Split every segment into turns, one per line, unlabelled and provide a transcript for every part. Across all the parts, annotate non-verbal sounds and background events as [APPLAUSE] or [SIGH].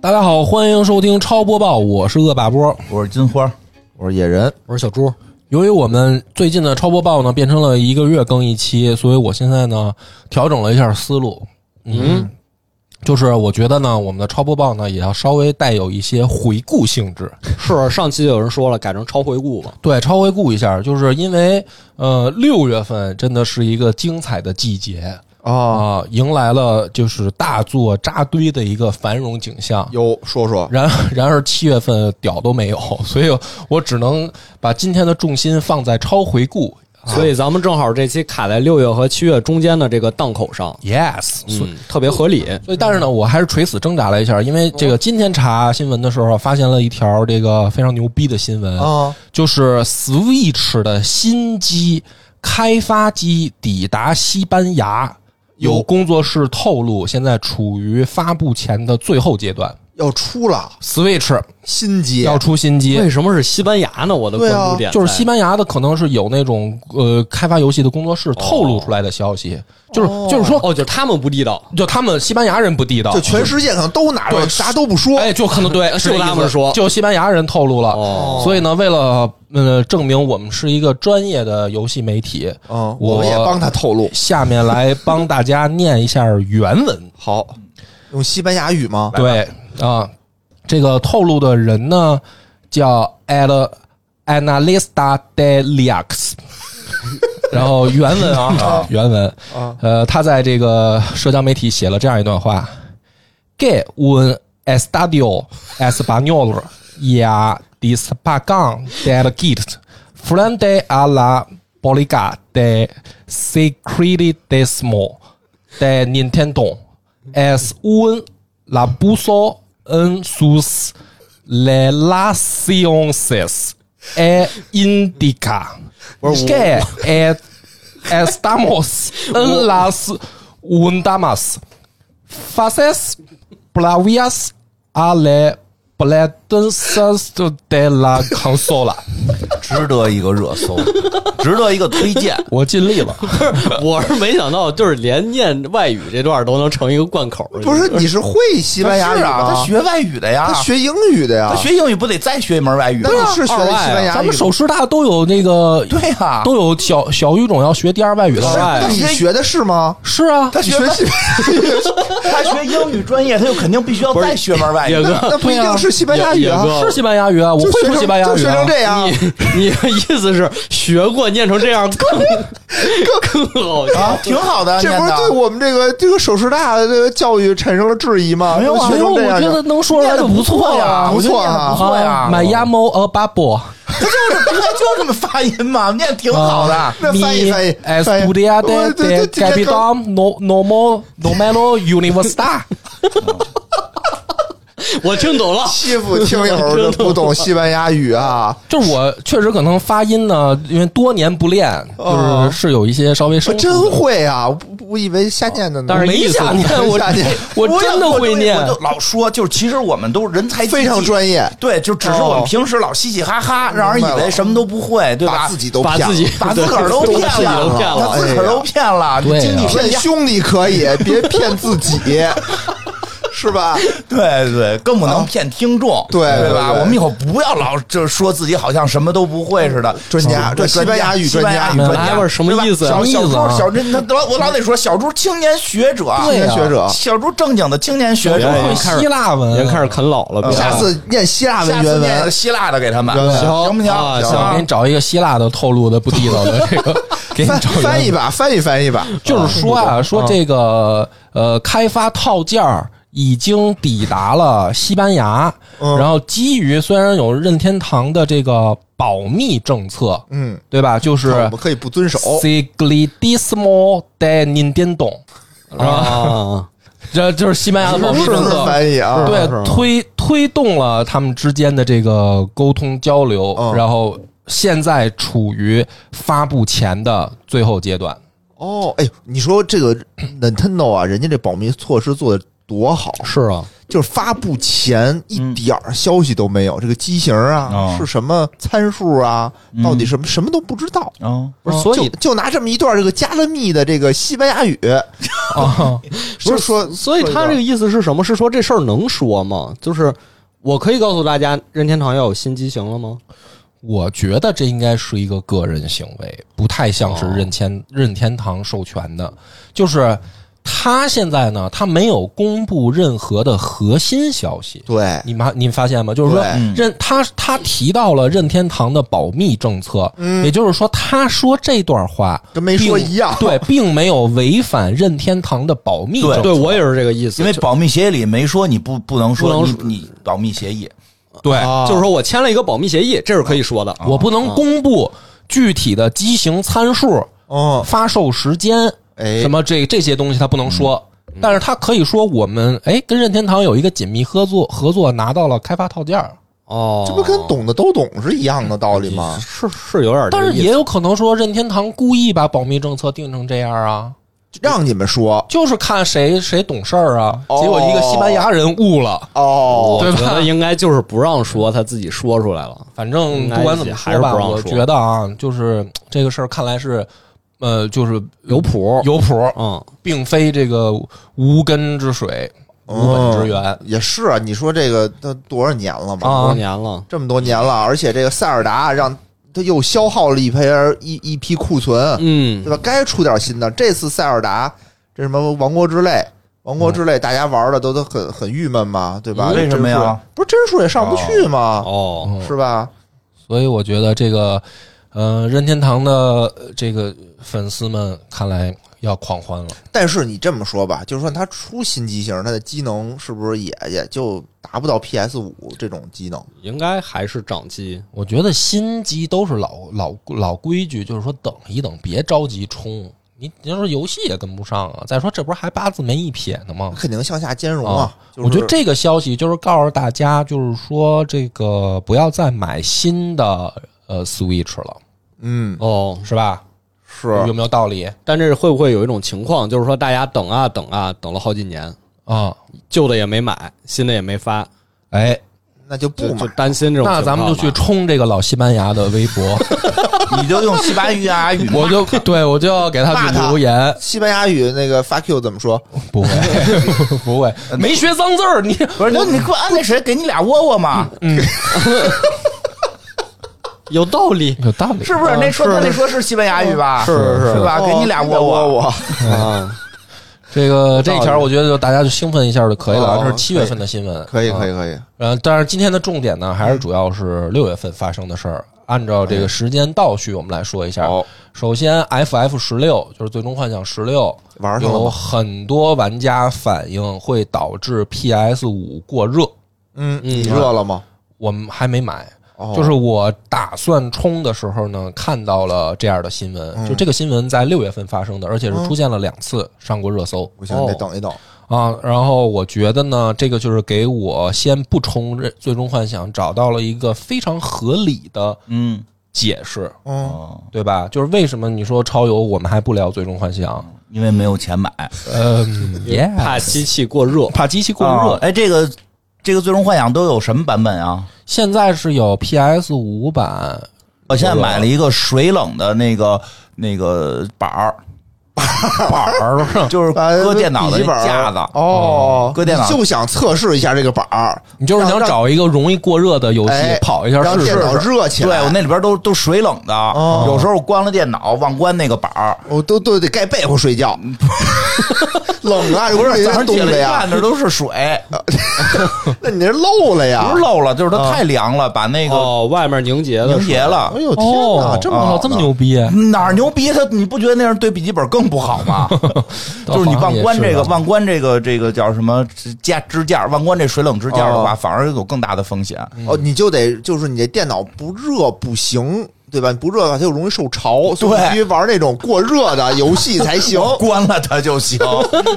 大家好，欢迎收听超播报，我是恶霸波，
我是金花，我是野人，
我是小猪，
由于我们最近的超播报呢变成了一个月更一期，所以我现在呢调整了一下思路，嗯，就是我觉得呢我们的超播报呢也要稍微带有一些回顾性质，
是上期就有人说了，改成超回顾吧。
对，超回顾一下，就是因为呃六月份真的是一个精彩的季节
啊，
哦
啊、迎来了就是大作扎堆的一个繁荣景象，
有说说
啊
然然而 [LAUGHS] 七月份屌都没有，所以我只能把今天的重心放在超回顾。
所以咱们正好这期卡在六月和七月中间的这个档口上，
Yes，、所以
嗯，特别合理。
所以但是呢，我还是垂死挣扎了一下，因为这个今天查新闻的时候发现了一条这个非常牛逼的新闻，
哦
啊，
就是 Switch 的新机开发机抵达西班牙，有工作室透露现在处于发布前的最后阶段
要出了
，Switch
新机
要出新机，
为什么是西班牙呢？我的关
啊
注点
就是西班牙的可能是有那种呃开发游戏的工作室透露出来的消息，就是就是说，
说哦哦，就是他们不地道，
就他们西班牙人不地道，
就全世界可能都拿着，
对
啥都不说，
哎，就可能对，
[LAUGHS]
就是
这意思
他们说
就西班牙人透露了，
哦
所以呢，为了呃证明我们是一个专业的游戏媒体，
嗯，
我
我们也帮他透露，
下面来帮大家念一下原文，
好，用西班牙语吗？
对啊，这个透露的人呢叫 Ad Analista de Liax，然后原文啊，原文
啊，
呃，他在这个社交媒体写了这样一段话：“Que un estadio español ya dispagan del kit frente a la polica de secretismo de Nintendo es un labuso en sus relaciones e indica que es Estamos en las últimas fases previas a la presencia de la consola。
值得一个热搜，值得一个推荐。
我尽力了，
[LAUGHS] 我是没想到，就是连念外语这段都能成一个贯口。
不是，你是会 [LAUGHS] 西班牙语
是啊，
吗？
他学外语的呀，
他学英语的呀
他，学英语不得再学一门外语吗
那？你是学的
二
西
外啊
班牙语吗？
咱们首师大都有那个，
对啊呀，
都有小小语种要学第二外语
二
的。
外
那你学的是吗？
是啊，
他
你
学
学西班
他学英语专业，他就肯定必须要再学门外
野
语。
哥，
那不一
对啊
定是西班牙语啊
也，也
是西班牙语啊，我
就
会
学
说
成
西班牙
就
语
学
啊
成。这样
你你的意思是学过念成这样更更更好笑？
啊，挺好的，
这不
念
是
的
对我们这个这个首师大的这个教育产生了质疑吗？
没有啊
学
没有，
成
我
这
觉
样
得
就
能说出来就
念的
不错
呀，
了。
不错啊
啊，不错呀。
My yamo a bubble。
他就是他就这么发音嘛，念挺好的。
那翻译翻译
es
翻译
estudiante
我这
de
这这
Capitán No Normal Normal Universidad。
我听懂了，
欺负听友这不懂西班牙语啊！
就是我确实可能发音呢，因为多年不练，就
哦
是是有一些稍微生
我
疏
真会啊，我不我以为瞎念的呢。
但是
没
意思
瞎念，我
瞎念
我
不是
真的
我
会念
我。就老说，就是其实我们都是人才济济
非常专业，
对，就只是我们平时老嘻嘻哈哈，让人以为什么都不会，对吧？
把自己都
把
骗了，
自己
把自个儿都
对
骗
把自己都
了，
骗了
把自个儿都骗了，哎
对啊
你经济
骗
骗家，
兄弟可以，别骗自己，是吧？
对对，更不能骗听众，
对对
啊对吧？
对
我们以后不要老就说自己好像什么都不会似的，
专家
对
这西班牙语
西班牙语
专
专
家
哎不
家
是什么意思
对吧
什么意思啊
小小猪，小猪，我我老得说小猪青年学者，哎
对呀
青年学者
小猪正经的青年学者，
会希腊文
嗯
人，开始啃老了，别
下次念希腊文原
下次念
文，
希腊的给他们，
原文
行不行？
啊
行
想给你找一个希腊的透露的不地道的这个，给你
翻 [LAUGHS]
找一个
翻译吧，翻译翻译吧。
就是说啊，说这个呃，开发套件儿已经抵达了西班牙，
嗯
然后基于虽然有任天堂的这个保密政策，
嗯，
对吧？就是
我们可以不哦遵守。
Segredismo de Nintendo，
嗯
啊，
这就是西班牙的保密
是
政
不是
策。
翻译啊？
对，推推动了他们之间的这个沟通交流，
嗯
然后现在处于发布前的最后阶段。
哦，哎，你说这个 Nintendo 啊，人家这保密措施做的多好，
是啊，
就是发布前一点儿消息都没有，这个机型啊、
哦
是什么参数啊，
嗯
到底什么什么都不知道。
哦，
不是，所以
嗯就就拿这么一段这个加勒密的这个西
[LAUGHS]
班牙语，
啊，
就说，
哦所以他这个意思是什么？是说这事儿能说吗？就是我可以告诉大家，任天堂要有新机型了吗？
我觉得这应该是一个个人行为，不太像是任天、
哦
任天堂授权的。就是他现在呢，他没有公布任何的核心消息。
对
你们你们发现吗？就是说
对
嗯
任他他提到了任天堂的保密政策，也就是说他说这段话
嗯跟没说一样
并对，并没有违反任天堂的保密政策。
对我也是这个意思，
因为
就
保密协议里没说你不不能
不
说
能
你
说
你保密协议，
对
啊
就是说我签了一个保密协议，这是可以说的。
我不能公布具体的机型参数、
嗯，
发售时间，
哎嗯
什么这这些东西他不能说，但是他可以说我们哎跟任天堂有一个紧密合作，合作拿到了开发套件儿，
哦，
这不跟懂的都懂是一样的道理吗？
是是有点这
但
个意思，
是也有可能说任天堂故意把保密政策定成这样啊，
让你们说
就是看谁谁懂事儿啊，
哦
结果一个西班牙人悟了，
哦，
对
我
吧
觉得应该就是不让说，他自己说出来了。
反正不管怎么
嗯应该也还是
说
不
吧，
让
我
说
觉得啊，就是这个事儿看来是。呃，就是有谱，有谱，
嗯，
并非这个无根之水、无本之
哦
源。
嗯也是啊，你说这个都多少年了嘛？
啊
多年了，
这么多年了，而且这个塞尔达让它又消耗了一批一一批库存，
嗯
对，吧？该出点新的。这次塞尔达这什么王国之泪，王国之泪大家玩的都都很很郁闷嘛，对吧？
嗯为什么呀
帧数也？不是帧数也上不去嘛，
哦，
是吧？
所以我觉得这个，呃，任天堂的呃这个粉丝们看来要狂欢了。
但是你这么说吧，就是说它出新机型，它的机能是不是也也就达不到 PS 五这种机能？
应该还是掌机。
我觉得新机都是老老老规矩，就是说等一等，别着急冲。你你要说游戏也跟不上啊，再说这不是还八字没一撇呢吗？
肯定向下兼容
啊
啊！就是
我觉得这个消息就是告诉大家，就是说这个不要再买新的呃 Switch 了，
嗯
哦，
是吧？
是
有没有道理
但这会不会有一种情况，就是说大家等啊等啊，等了好几年，
啊？
旧的也没买，新的也没发，
哎，
那就
就
不买
就担心这种
那
情况嘛。
咱们就去冲这个老西班牙的微
[LAUGHS]
博，
你就用西班
[LAUGHS]
牙语
我就对我就要给他
骂
们
他
留言，
西班牙语那个 fuck you 怎么说？
不会 [LAUGHS] 不会，
呃
没学脏字儿，你
不是你你给我按那谁给你俩窝窝嘛，
有道理
有道理
是不是？那说他那说是西班牙语吧？
是是是
啊是吧？给你俩窝窝，
我，
啊，
这个这一条，我觉得就大家就兴奋一下就可以了。
哦
这是七月份的新闻，
[LAUGHS] 可以
啊
可以。嗯可以，
呃，但是今天的重点呢，还是主要是六月份发生的事儿。按照
哎
这个时间倒序，我们来说一下。
好
首先，F F 十六就是《最终幻想十六》，
玩上了吗
有很多玩家反映会导致 P S 五过热，
嗯，
嗯
你热了吗？
我们还没买。
哦
就是我打算冲的时候呢，看到了这样的新
嗯
闻，就这个新闻在六月份发生的，而且是出现了两次，上过热搜哦
不行，得等一等。
啊。然后我觉得呢，这个就是给我先不冲这《最终幻想》找到了一个非常合理的
嗯，
解释，
嗯，
哦，
对吧？就是为什么你说超游我们还不聊《最终幻想
因为没有钱买，》？啊
嗯，耶，
怕机器过热。
怕机器过热，
哦哎，这个这个最终幻想都有什么版本啊？
现在是有 PS 五版，
我现在买了一个水冷的那个那个板儿，板儿 [LAUGHS] 就是搁电脑的
啊笔记本
那
儿
架子，嗯
哦，
搁电脑
你就想测试一下这个板儿，
你就是想
让
找一个容易过热的游戏
哎
跑一下
让
试试
电。脑热起
对
来。
我那里边都都水冷的，
哦
有时候关了电脑忘关那个板儿，
我哦都都得盖被窝睡觉，
嗯
[LAUGHS] 冷啊，不
早上
冻
起来
的
一
呀
看，那都是水，
那你这漏了呀
不是？漏了，就是它太凉了，把那个
哦，外面凝结的
凝结了
哎。呦天哪，
啊
哦，
这
我
么
操这么牛逼！
哪儿牛逼？它你不觉得那样对笔记本更不好 [LAUGHS] 吗？就是你忘关这个，忘关这个这个叫什么支架支架，忘关这水冷支架的话，
哦
反而有更大的风险。
哦，你就得就是你这电脑不热不行，对吧？你不热的话，它就容易受潮，所以
对
必须玩那种过热的游戏才
[LAUGHS]
行。
关了它就 [LAUGHS] 行。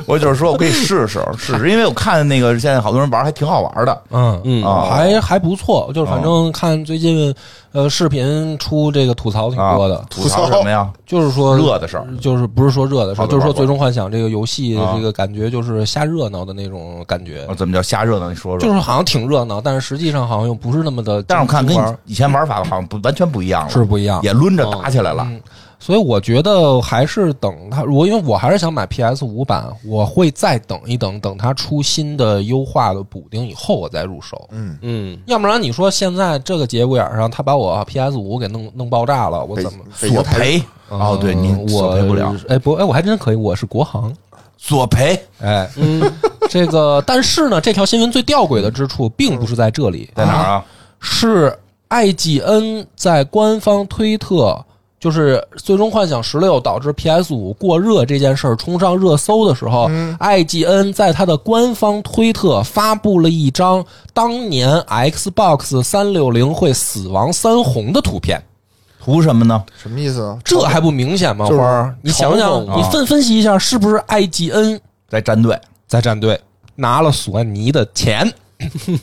我就是说我可以试试试试，因为我看那个现在好多人玩还挺好玩的。
嗯嗯
啊
还还不错，就是反正看最近呃视频出这个吐槽挺
啊
多的，，
吐槽什么 [LAUGHS] 呀？
就是说
热的事儿，
就是不是说热的事儿，
好的
就是说
好的
《最终幻想》这个游戏
啊
这个感觉就是瞎热闹的那种感觉
啊，怎么叫瞎热闹？你说说。
就是好像挺热闹，但是实际上好像又不是那么的。
但是我看跟
玩儿
你以前玩法好像不完全不一样了，
是不一样，
也抡着打起来了。
所以我觉得还是等它，我因为我还是想买 PS 五版，我会再等一等，等它出新的优化的补丁以后，我再入手。
嗯，
嗯，
要不然你说现在这个节骨眼儿上，他把我 PS 五给弄弄爆炸了，我
北
怎么？
北京
索
台
赔哎哦，对你
嗯
索
我
赔不了，。
哎不哎，我还真可以，我是国行。
索赔
哎，
嗯
这个但是呢，这条新闻最吊诡的之处并不是在这里，
在哪儿啊？
是艾季恩在官方推特，就是《最终幻想十六》导致 PS 五过热这件事儿冲上热搜的时候，艾季恩在他的官方推特发布了一张当年 Xbox 三六零会死亡三红的图片。
图什么呢？
什么意思啊？
这还不明显吗？
就是
花儿，你想想
嘲讽，
你分分析一下，是不是艾季恩
在站队，
在战队拿了索尼的钱？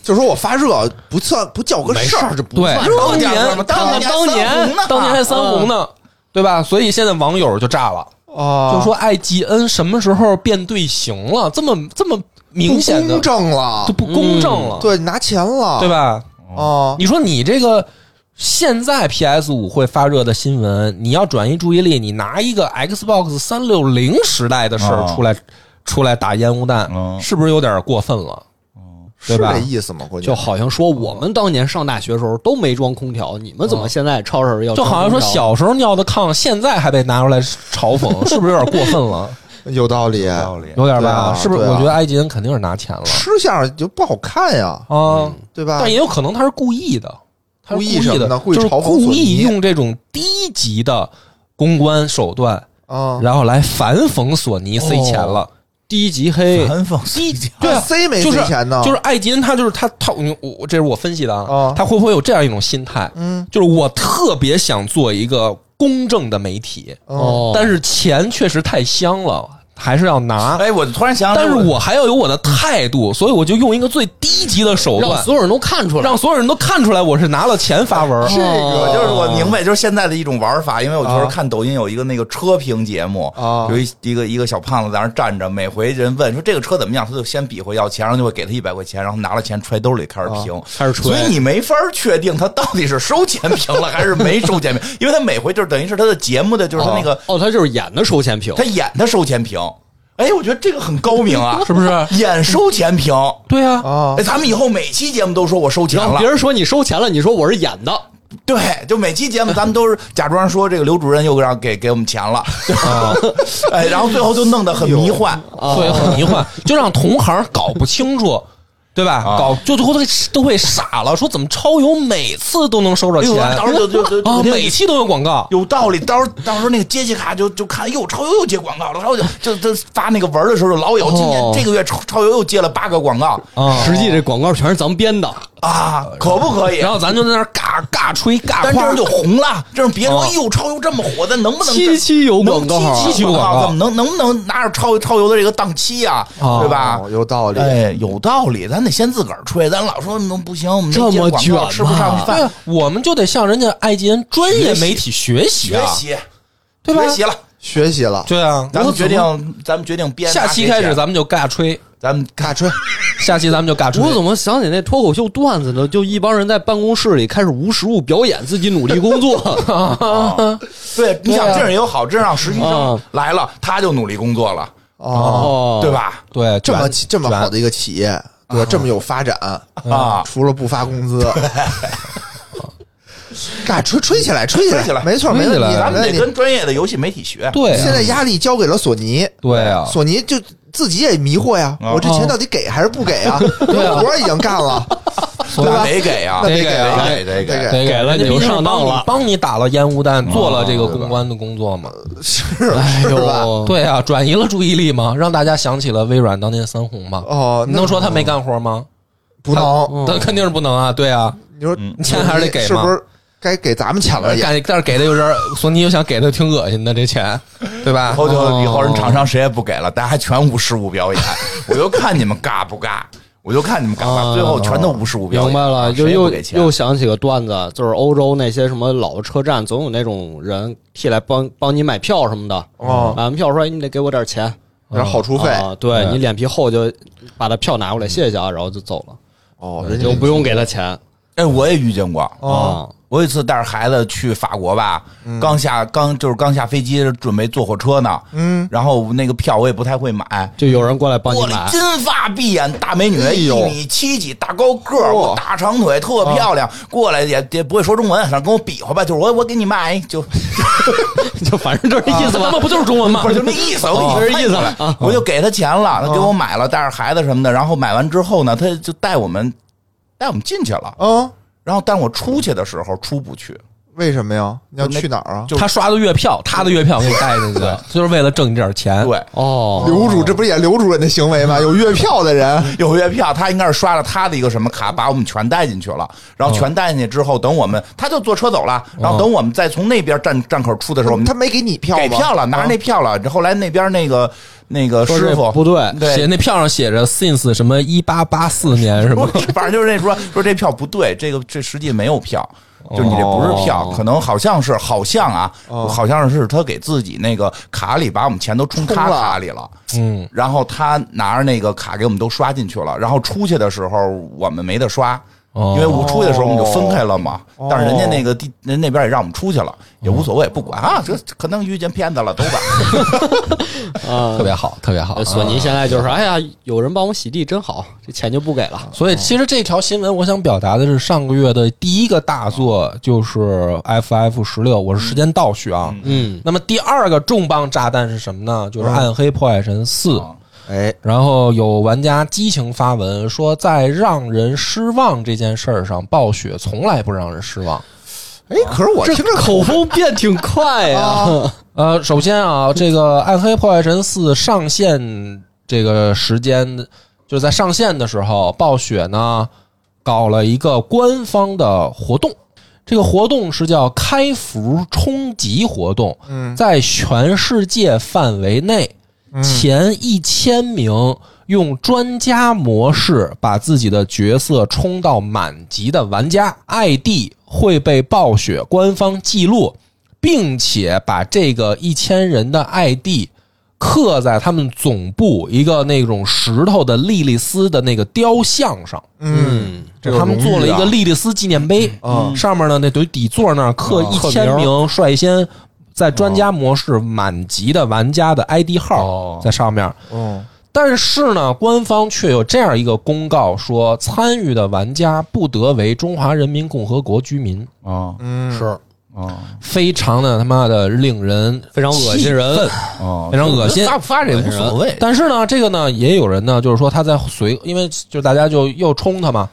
就说我发热不算不叫个事儿，这不
对
算，
当年
当年
当年
当年还
当年还
三红呢
三红呢，对吧？所以现在网友就炸了，
啊，
就说艾季恩什么时候变队形了？这么这么明显
不
的
公正了
就，不公正了，
对，你拿钱了，
对吧？
啊，
你说你这个现在 PS 五会发热的新闻，你要转移注意力，你拿一个 Xbox 三六零时代的事儿
哦
出来、出来打烟雾弹，
嗯
是不是有点过分了？
是
对吧
这意思吗？关键
就好像说我们当年上大学时候都没装空调，你们
嗯
怎么现在超市要
就
装
好像
空
说
调
小时候尿的炕，现在还被拿出来嘲讽，是不是有点过分了？
有道理，
道理
有点吧？
对啊
是不是？
对啊
我觉得埃及人肯定是拿钱了
吃相就不好看呀，
啊，
对吧
但？也有可能他是故意的，他是
故意
故
什
意
么呢
的，
故意
就是
嘲讽
故
索尼
意用这种低级的公关手段，
啊，
然后来反讽索尼塞钱了。
低级黑，
哦反讽自己
对啊
塞没
就是
塞钱呢？
就是艾金，他就是他他我我这是我分析的
啊
他会不会有这样一种心态？
嗯，
就是我特别想做一个公正的媒体，
嗯，
哦
但是钱确实太香了，还是要
[LAUGHS]
拿。
哎，我突然想起
但
来，
是我还要有我的态度，所以我就用一个最低级的手
让
段，
所有人都看出来，哦
让所有人都看出来我是拿了钱发文。，
这
我哦啊
个
就是我明白，就是现在的一种玩法，因为我就是看抖音有一个那个车评节目，
啊
有一一个一个小胖子在那儿站着，每回人问说这个车怎么样，他就先比划要钱，然后就会给他一百块钱，然后拿了钱揣兜啊里开始评，
开始吹
所以你没法确定他到底是收钱评了还是没收钱评，因为他每回就是等于是他的节目的就是他那个、
哦，他就是演的收钱屏
他，演他收钱评，哎，我觉得这个很高明啊
是不是？
[LAUGHS] 演收钱评，
对啊，
啊
哎，，咱们以后每期节目都说我收钱
然后
了
别，人说你收钱了，你说我是演的，
对，就每期节目咱们都是假装说这个刘主任又让给给我们钱了，
啊
哎，然后最后就弄得很迷幻。
哦
所以很迷幻，就让同行搞不清楚，对吧？
啊
搞就都会都会傻了，说怎么超游每次都能收着
哎呦，
钱
到时候就就
啊
就，
每期都有广告。
有道理。到时候到时候那个杰西卡就就看，哟，超游又接广告了，然后就就就发那个文儿的时候就老有，今年
哦
这个月超超游又接了八个广告
啊
实际这广告全是咱们编的，
啊，可不可以
然？后咱就在那儿尬尬吹尬
但这
夸
样就，红了，这样别说，
啊
哎呦，超游这么火，咱能不能
七期有
能
广告啊，
七期
有
广
广告
告怎么能能不能拿着超超游的这个档期啊？
啊
对吧？
哦有道理，
哎，有道理，咱得先自个儿吹，咱老说能不行，我们那
这么
接
卷
广告
吗
吃不上
对
饭
啊，，我们就得向人家艾吉恩专业媒体学习
学
啊，
习，
对吧
学习了，
学习了，
对啊。
咱们
我
决
怎么
定，咱们决定编。
下期开始，咱们就尬吹，
咱们
大吹，
下期咱们就尬吹。
我怎么想起那脱口秀段子呢？就一帮人在办公室里开始无实物表演自己努力
[LAUGHS]
工作
啊对，你想
对啊
这样也有好，这让实习生
啊
来了，他就努力工作了，
哦，
哦
对？吧？
对
这么
卷
起这么好的一个企业，对吧？这么有发展
啊
除了不发工
[LAUGHS]
资，干吹吹起来，吹起
吹起来
没错，
吹
没
起
问
来
题，
咱
没
们
问
得
题。
跟专业的游戏媒体学。
对啊
现在压力交给了索尼，
对啊，
索尼就自己也迷惑呀，
啊
我这钱到底给还是不给啊？ [LAUGHS] 我活儿已经干了，对
那
吧？
得给 [LAUGHS] 啊，
那
得给啊
得给，得
得
给。
给
对
给了你就上当了啊
帮你打了烟雾弹，做了这个公关的工作嘛。
[LAUGHS] 是
哎
是吧？
呦，，
对啊，转移了注意力嘛，让大家想起了微软当年三红嘛。
哦，
你
那
能说他没干活吗？
不能？
那肯定是不能啊，对啊，
你说
嗯
钱还是得给
是
嘛嗯
不是？该给咱们钱了也。
但但是给的有点儿，索尼又想给的挺恶心的，这钱，对吧
以？后就
哦
以后人厂商谁也不给了，大家全无实物表演，我就看你们尬不尬，我就看你们尬不尬，
哦
最后全都无实物表演。啊
明白了，就
谁也不
又
给钱
又想起个段子，就是欧洲那些什么老的车站，总有那种人替来帮帮你买票什么的。
哦，
买完票说：“哎你得给我点钱。
然后好”处费
啊，对
对
你脸皮厚就把他票拿过来，谢谢啊，然后就走了，
哦，人家
嗯就不用给他钱
哎，我也遇见过，
哦，
啊。
我有一次带着孩子去法国吧，
嗯
刚下刚就是刚下飞机，准备坐火车呢，
嗯，
然后那个票我也不太会买，
就有人过来帮你
玻璃
买，
金发碧眼大美女，
哎
一
呦
米七几，大高个儿，
哦
哇
大长腿，特漂亮。过来也也不会说中文，反正跟我比划吧，就是我我给你卖，就
就反正就是意思
他
吧
妈。啊不就是中文吗
[LAUGHS] 不？是就那意思，我给
哦
你翻译过来
这是意思啊
我就给他钱了，他给我买了，带着孩子什么的。然后买完之后呢，他就带我们带我们进去了。
嗯，
然后但我出去的时候出不去，
为什么呀？你要去哪儿啊？
就
他刷的月票，他的月票给你带进去，就是为了挣你点钱。
对。
[LAUGHS] 哦，
刘主这不是也刘主任的行为吗？ [LAUGHS] 有月票的人，
有月票，他应该是刷了他的一个什么卡，把我们全带进去了。然后全带进去之后，等我们他就坐车走了。然后等我们再从那边站站口出的时候，我们
他没给你票吗？
给票了，拿着那票了。后来那边那个那个
说
师
这
傅
不对
写
对，
那票上写着 since 什么一八八四年什么
不， [LAUGHS] 反正就是那说说这票不对，这个这实际没有票。就是你这不是票，
哦
可能好像是好像啊，
哦
好像是他给自己那个卡里把我们钱都充
充
他
了
卡里了，
嗯，
然后他拿着那个卡给我们都刷进去了，然后出去的时候我们没得刷，
哦
因为我出去的时候我们就分开了嘛。但是人家那个地人那边也让我们出去了，也无所谓，不管
哦
啊，这可能遇见骗子了都管。
[LAUGHS]
啊
特，别好，特别好
呃。索尼现在就是，哎呀，有人帮我洗地真好，这钱就不给了。
所以其实这条新闻，我想表达的是，上个月的第一个大作就是 FF 十六，我是时间倒叙啊。
嗯，
那么第二个重磅炸弹是什么呢？就是《暗黑破坏神四》
啊
哎，
然后有玩家激情发文说，在让人失望这件事儿上，暴雪从来不让人失望。
哎，可是我听着
口风变挺快呀。
呃，首先啊，这个《暗黑破坏神四》上线这个时间，就是在上线的时候，暴雪呢搞了一个官方的活动，这个活动是叫开服冲击活动，
嗯
在全世界范围内，
嗯
前一千名用专家模式把自己的角色冲到满级的玩家，ID 会被暴雪官方记录，并且把这个一千人的 ID 刻在他们总部一个那种石头的莉莉丝的那个雕像上。
嗯，这个
他们
荣誉
做了一
啊
个莉莉丝纪念碑，
嗯
上面呢那对底座那儿刻
啊
一
刻
千
名
名率先在专家模式满级的玩家的 ID 号在上面。
嗯，
但是呢，官方却有这样一个公告说，参与的玩家不得为中华人民共和国居民，
啊
嗯，
是
啊
非常的他妈的令人
非常恶心人
气愤
啊
非常恶心
发不发这也无所谓。
但是呢，这个呢，也有人呢，就是说他在随，因为就是大家就又冲他嘛，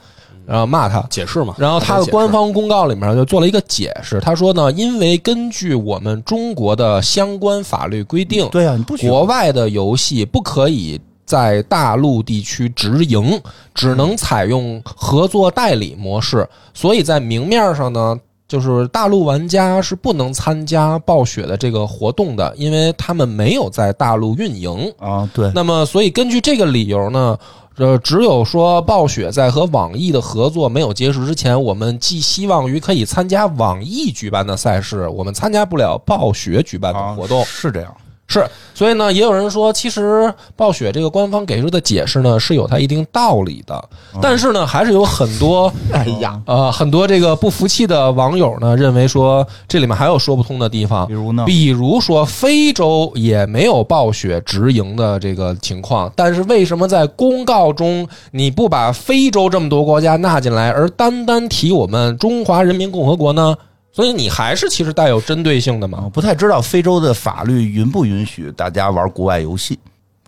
然后骂他，
解
啊
释嘛，
然后他的官方公告里面就做了一个解释，他说呢，因为根据我们中国的相关法律规定，
对啊，你不许
哎国外的游戏不可以在大陆地区直营，只能采用合作代理模式，所以在明面上呢。就是大陆玩家是不能参加暴雪的这个活动的，因为他们没有在大陆运营。
啊， [LAUGHS] 对，
那么，所以根据这个理由呢，呃，只有说暴雪在和网易的合作没有结束之前，我们寄希望于可以参加网易举办的赛事，我们参加不了暴雪举办的活动。
啊是这样。
是，所以呢，也有人说，其实暴雪这个官方给出的解释呢，是有它一定道理的。但是呢，还是有很多
哦 [LAUGHS] 哎呀，
呃很多这个不服气的网友呢，认为说这里面还有说不通的地方
比。如呢？
比如说，非洲也没有暴雪直营的这个情况，但是为什么在公告中你不把非洲这么多国家纳进来，而单单提我们中华人民共和国呢？所以你还是其实带有针对性的嘛
啊，？不太知道非洲的法律允不允许大家玩国外游戏，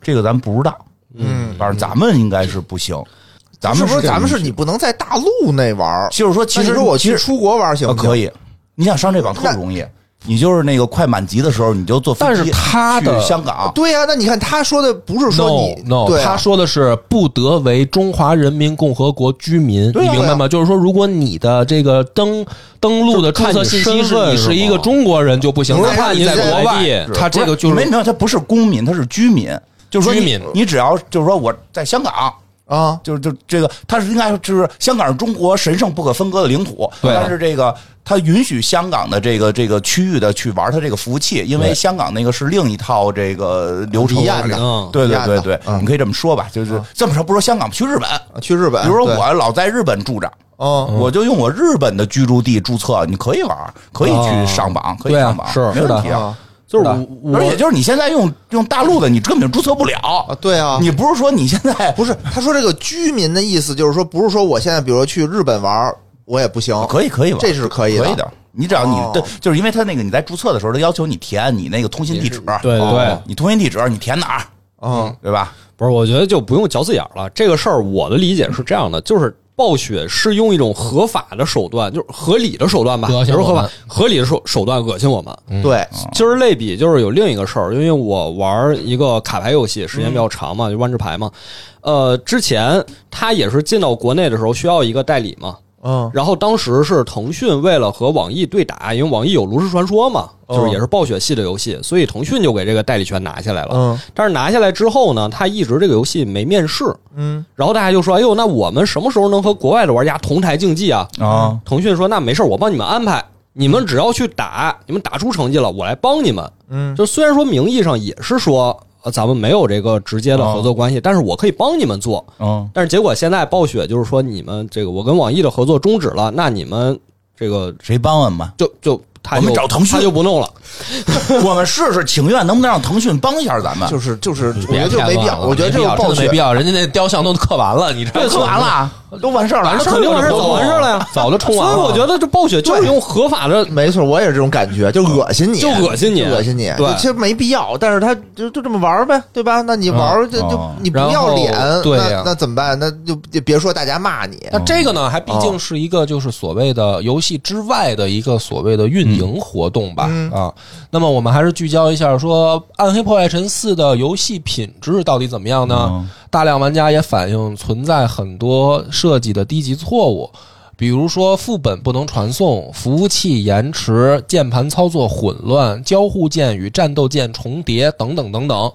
这个咱不知道。
嗯，
反正咱们应该是不行。咱
是
们
不是
这
咱们
个
是
允
你
许？
不能在大陆内玩儿？
就是说，其
那你
实
说我
其
去
实
出国玩儿行
呃
不行？
可以，你想上这网特
那
容易，你就是那个快满级的时候，你就坐飞
但是
机
他的
去香港，
对啊呀、那你看他说的不是说你
no, no
对啊
他说的是不得为中华人民共和国居民，
对
你
啊
明白吗？就是说，如果你的这个登登录的注册信息
就是看你
是
身份
你
是吗
是一个中国人就不行，
不是
哪怕
看
你
你
在
在
国
国
外，他啊这个就
没
是
没有，他不是公民，他是居民，就是说你
居民
你只要就是说我在香港，
啊，
就是就这个，它是应该就是香港是中国神圣不可分割的领土，
对
但是这个它允许香港的这个这个区域的去玩它这个服务器，因为
对
香港那个是另一套这个流程
一样的
嗯
对
一
对
样
对
的
对，
嗯
你可以这么说吧，就是这么说，不说香港，去日本，
啊去日本，
比如说
对，
我老在日本住着。
嗯，
我就用我日本的居住地注册，你可以玩，可以去上榜，可以
对啊
上榜，
是
没问题
是
啊。
啊
就是
是的
我
而且就是你现在用用大陆的，你根本就注册不
啊
了。
对啊，
你不是说你现在
不是他说这个居民的意思，就是说不是说我现在比如说去日本玩我也不行，
可以可以玩，
这是可以的
可以的。你只要你
哦
对，就是因为他那个你在注册的时候，他要求你填你那个通信地址，哦
对对
对
你通信地址你填哪儿，
嗯
对吧？
不是，我觉得就不用绞死眼儿了。这个事儿，我的理解是这样的，就是暴雪是用一种合法的手段，就是合理的手段吧，
恶
也
心
不是
我
合
们
法，嗯合理的手手段恶心我们。
对，
今儿类比就是有另一个事儿，因为我玩一个卡牌游戏时间比较长嘛，就万智牌嘛。呃，之前它也是进到国内的时候需要一个代理嘛，
嗯
然后当时是腾讯为了和网易对打，因为网易有《炉石传说》嘛，
哦
就是也是暴雪系的游戏，所以腾讯就给这个代理权拿下来了。
嗯
但是拿下来之后呢，他一直这个游戏没面世，
嗯，
然后大家就说：“哎呦，那我们什么时候能和国外的玩家同台竞技啊
嗯
啊？”，
腾讯说：“那没事儿，我帮你们安排，你们只要去打，你们打出成绩了，我来帮你们。”
嗯，
就虽然说名义上也是说，呃，咱们没有这个直接的
哦
合作关系，但是我可以帮你们做。
嗯，
但是结果现在暴雪就是说，你们这个我跟网易的合作终止了，那你们这个
谁帮我们
[LAUGHS]
吧？
就就他就
我们找腾讯
他就不弄了。
我们试试，请愿能不能让腾讯帮一下咱们？
嗯就是就是，我
别
觉得就
骗
没必
我
要，
了
我觉得这
没
个
必要
暴
真的没必
雪，
要，人家那雕像都刻完了，你这
对，做完了，都完事儿了，啊
肯定完事儿早完事儿了呀，
早就冲完了
所以我觉得这暴雪就是用合法的，
没错，我也是这种感觉，就恶心你，啊
就恶心你
就恶心你，
对
就其实没必要，但是他就就这么玩呗，对吧？那你玩儿就就
嗯
你不要脸
然后，对呀
那那怎么办？那就就别说大家骂你，
那这个呢，还毕
哦
竟是一个就是所谓的游戏之外的一个所谓的运营活动吧，
嗯
啊。那么我们还是聚焦一下，说《暗黑破坏神四》的游戏品质到底怎么样呢？
嗯
大量玩家也反映存在很多设计的低级错误。比如说副本不能传送、服务器延迟、键盘操作混乱、交互键与战斗键重叠等等等等。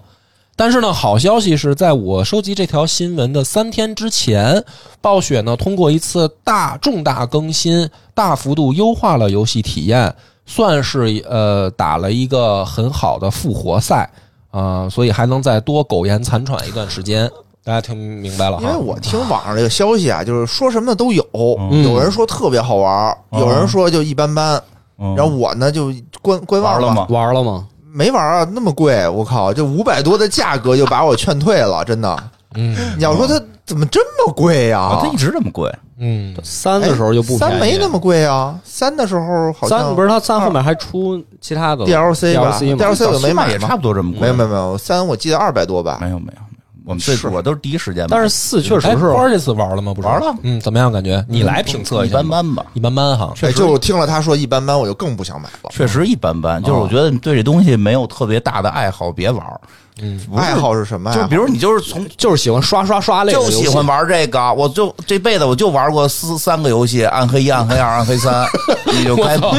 但是呢，好消息是在我收集这条新闻的三天之前，暴雪呢通过一次大重大更新，大幅度优化了游戏体验，算是呃打了一个很好的复活赛啊、所以还能再多苟延残喘一段时间。大家听明白
啊
了
因为
哈？
我听网上这个消息啊，就是说什么的都有，
嗯
有人说特别好玩儿，
嗯
有人说就一般般，
嗯
然后我呢就观观望
玩了
吧，
吗？
玩了吗？
没玩啊，那么贵，我靠，这五百多的价格就把我劝退了，真的。
嗯
你要说它怎么这么贵呀、哎
啊，它一直这么贵，
嗯，
三的时候就不便宜
三没那么贵啊，三的时候好像
三不是他三后面还出其他的
DLC 吧
DLC 嘛
DLC 我没买
也
嘛
差不多这么贵，
没有没有没有，三我记得二百多吧，哎
没有没有没有，我们最
是
我都是第一时间买，
但是四确实
哎，
是
花儿这次玩了吗？不是
玩了
嗯，怎么样？感觉你来评测
一
下吧。
般般吧。
一般般 [LAUGHS] 哈。
哎，就是听了他说一般般，我就更不想买了。
确实一般般，
哦
就是我觉得你对这东西没有特别大的爱好，别玩儿。不是
爱好是什哎么呀？
就比如你就是从
就是喜欢刷刷刷类的
就
游戏
喜欢玩这个，我就这辈子我就玩过四三个游戏：暗黑一、暗黑二、暗黑三。你就
我
开
操，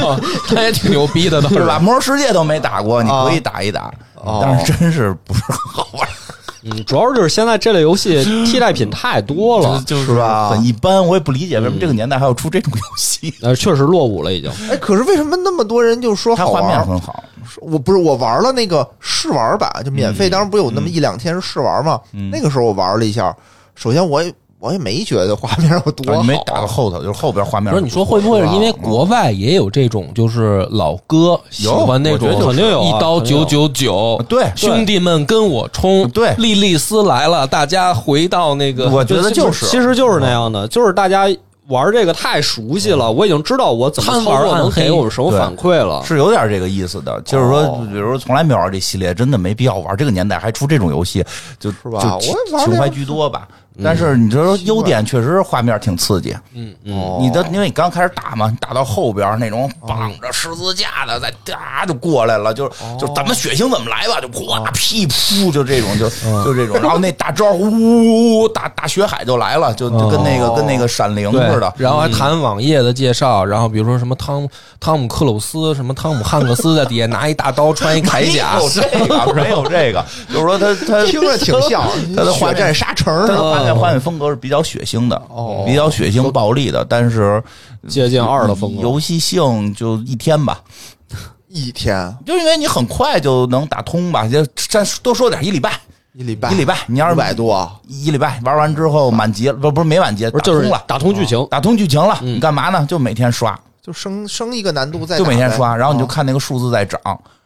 他也挺牛逼的，倒是
是吧？？魔兽世界都没打过，你可以打一打，
哦
但是真是不是很好玩，
嗯，主要就是现在这类游戏替代品太多了，
就是
吧
很一般。我也不理解为什么这个年代还要出这种游戏。
呃，确实落伍了已经。
哎，可是为什么那么多人就说
它
好
画
玩
面
儿？
很好，
我不是我玩了那个试玩版，就免
嗯
费，当时不有那么一两天是试玩嘛？那个时候我玩了一下，首先我也我也没觉得画面有多
啊
好，
你没
[LAUGHS]
打到后 [LAUGHS] 头，就是后边画面
不是，你说会不会是因为国外也有这种，就是老哥喜欢那种
我觉得啊
肯定有啊
一刀九九九，
对
兄弟们跟我冲，
对嗯
莉莉丝来了，大家回到那个，
我觉得就
其
是
实就是那样的，就是大家玩这个太熟悉了，我已经知道我怎么操
贪玩
作
暗
能
黑
给我们什么反馈了。
是有点这个意思的，就是说，比如说从来没玩这系列，真的没必要玩。这个年代还出这种游戏，就是
吧
就
我玩这
情怀居多吧，但是你这优点确实画面挺刺激，
嗯
哦
你的因为你刚开始打嘛，你打到后边那种绑着十字架的，再哒就过来了，就就怎么血腥怎么来吧，就哗噼噗就这种就就这种，然后那大招呜呜呜大大血海就来了，就就跟那个跟那个闪灵
对
似的，
然后还谈网页的介绍，然后比如说什么汤姆汤姆克鲁斯，什么汤姆汉克斯在底下拿一大刀，穿一铠甲
[LAUGHS] 没，有这
[LAUGHS]
个没有这个，就是说他他
听着挺 [LAUGHS] 像
他的画
血
面
战嗯哦沙城
他
似
的
的。
画面画面风格是比较血腥的，比较血腥暴力的，但是
嗯
接近二的风格。
游戏性就一天吧，
一天
就因为你很快就能打通吧，就再多说点一礼拜，
一礼拜
一礼拜你要是
五百多啊，
一礼拜玩完之后满级了，不不是没满级，
不
打
是，就是
通了，哦
打通嗯剧情，
打通剧情了，你干嘛呢？就每天刷，
就升升一个难度再
就每天
打呗哦
刷，然后你就看那个数字在涨，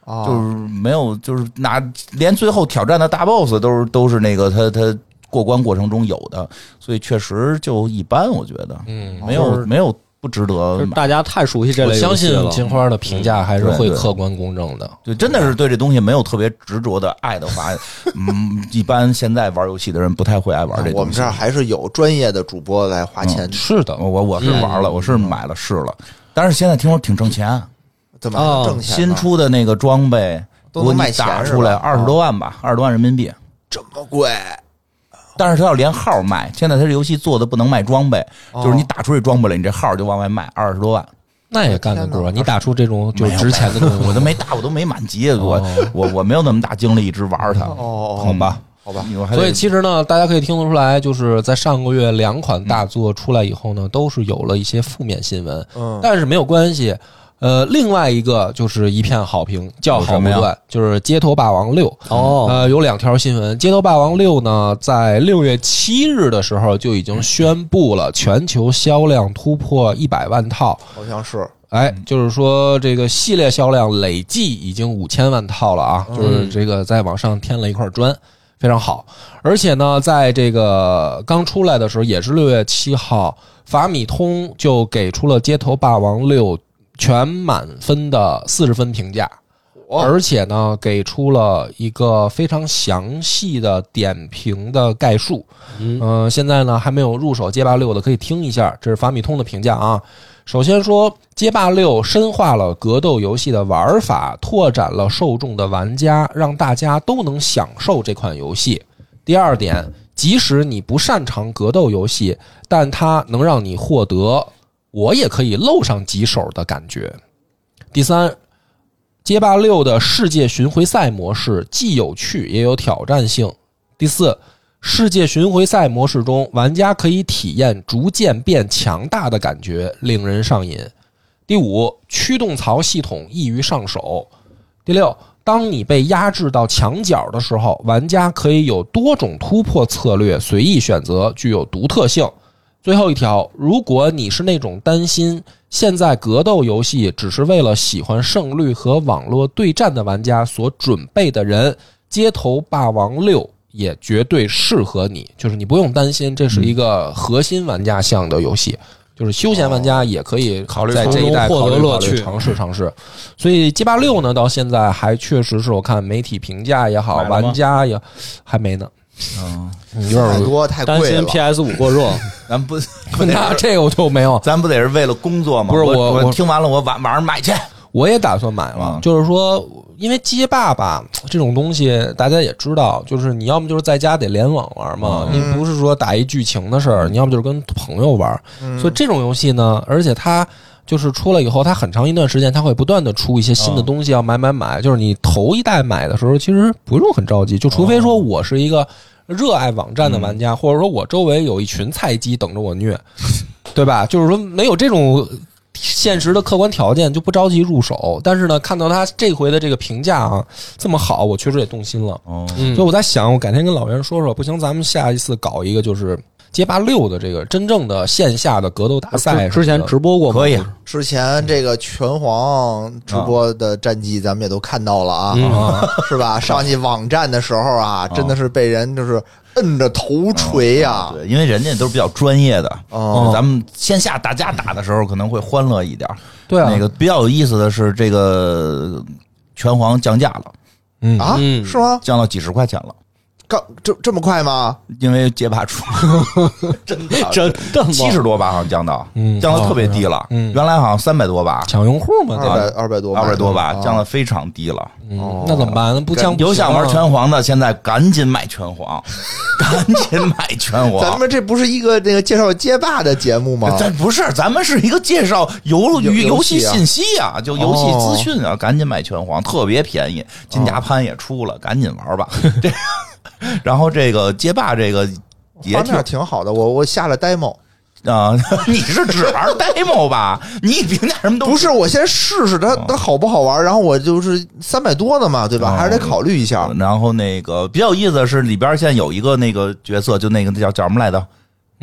啊
就是没有，就是拿连最后挑战的大 boss 都是都是那个他他过关过程中有的，所以确实就一般，我觉得，嗯，没有没有不值
就
得
是
买，
大家太熟悉这
我
类游
相
戏
信
了。
金花的评价还是
嗯对
会
对
客观公正的。
对，真的是对这东西没有特别执着的爱的
[LAUGHS]
话，嗯，一般现在玩游戏的人不太会爱玩这东西。嗯
我们这儿还是有专业的主播来花钱，
是的，
我我我是玩了，我
嗯
是买了试了，但是现在听说挺挣钱，啊
怎么还能挣钱
新
呢？
出的那个装备
都能卖
如果你打
钱是吧
出来二十多万吧，二十多万人民币。
这么贵，
但是它要连号卖，现在它这游戏做的不能卖装备，就是你打出这装备了，你这号就往外卖二十多万。
那也干得嗯过。你打出这种就
没有
值钱的东西，
我都没打，我都没满级，我我我没有那么大精力一直玩它。
哦
好吧，
好吧，
我还得
所以其实呢，大家可以听得出来，就是在上个月两款大作出来以后呢，都是有了一些负面新闻，
嗯
但是没有关系。呃，另外一个就是一片好评，叫好不
有什么
断，就是《街头霸王六》
哦，
呃，有两条新闻，《街头霸王六》呢，在六月七日的时候就已
嗯
经宣布了全球销量突破一百万套，
好像是
哎，就是说这个系列销量累计已经五千万套了啊，就是这个再往上添了一块砖，非常好。而且呢，在这个刚出来的时候，也是六月七号，法米通就给出了《街头霸王六》全满分的四十分评价。而且呢，给出了一个非常详细的点评的概述。
嗯
呃现在呢还没有入手街霸六的，可以听一下，这是法米通的评价啊。首先说，街霸六深化了格斗游戏的玩法，拓展了受众的玩家，让大家都能享受这款游戏。第二点，即使你不擅长格斗游戏，但它能让你获得我也可以露上几手的感觉。第三，街霸六的世界巡回赛模式既有趣也有挑战性。第四，世界巡回赛模式中，玩家可以体验逐渐变强大的感觉，令人上瘾。第五，驱动槽系统易于上手。第六，当你被压制到墙角的时候，玩家可以有多种突破策略随意选择，具有独特性。最后一条，如果你是那种担心现在格斗游戏只是为了喜欢胜率和网络对战的玩家所准备的人，《街头霸王六》也绝对适合你。就是你不用担心，这
嗯
是一个核心玩家向的游戏，就是休闲玩家也可以考虑在这一代
哦从中
考
获
虑
得
考
乐
虑
趣
尝试尝试。所以街霸六呢，到现在还确实是我看媒体评价也好，
买了吗
玩家也还没呢，
嗯，
有
太
点
多呃太
担
贵
心
了。
PS 五过热，
咱 [LAUGHS] 不不得
那
是
[LAUGHS] 这个我就没有。
咱不得是为了工作吗？
不是
我
我我
听完了，我晚晚上买去。
我也打算买了
嗯，
就是说，因为街霸吧这种东西，大家也知道，就是你要么就是在家得联网玩
啊
嘛，你不是说打一剧情的事儿，你要么就是跟朋友玩，
嗯
所以这种游戏呢，而且它就是出了以后，它很长一段时间，它会不断的出一些新的东西，要买买买。就是你头一代买的时候，其实不用很着急，就除非说我是一个热爱网站的玩家，或者说我周围有一群菜鸡等着我虐，对吧？就是说没有这种现实的客观条件，就不着急入手。但是呢，看到他这回的这个评价啊这么好，我确实也动心了。
哦，
嗯
所以我在想，我改天跟老袁说说，不行，咱们下一次搞一个就是街霸六的这个真正的线下的格斗大赛什么的。
之前直播过吗
可以，
之前这个拳皇直
嗯
播的战绩，咱们也都看到了啊，
啊，
[LAUGHS]
是吧？上去网站的时候啊，真的是被人就是摁着头锤呀、啊。
对，因为人家都是比较专业的，
哦
咱们线下大家打的时候可能会欢乐一点。
对啊
那个比较有意思的是，这个拳皇降价了，
嗯
啊，
嗯
是吗？
降到几十块钱了。
刚这这么快吗？
因为街霸
[LAUGHS]
出真的
真的吗？
七十多吧，好像降到
嗯，
降到特别低了，
嗯
原来好像三百多吧，
抢用户嘛，
二
对吧？
百二百多，
二百多吧，
啊
降的非常低了。
嗯那怎么办？那不降不
有
行啊
想玩拳皇的，现在赶紧买拳皇， [LAUGHS] 赶紧买拳
咱
皇。呃
们这不是一个那个介绍街霸的节目吗？
咱不是，咱们是一个介绍游
游
游
游
游
戏
戏
啊
信息啊，
哦
就游戏资讯啊，赶紧买拳皇，特别便宜，金甲潘也出了，赶紧
[LAUGHS]
玩吧。这，然后这个街霸这个也
画
挺
面挺好的，我我下了 demo，
啊， [LAUGHS] 你是只玩 demo 吧？你评价什么都
不是我先试试它
哦
它好不好玩，然后我就是三百多的嘛，对吧？
哦
还是得考虑一下。
然后那个比较有意思的是，里边现在有一个那个角色，就那个叫叫什么来着？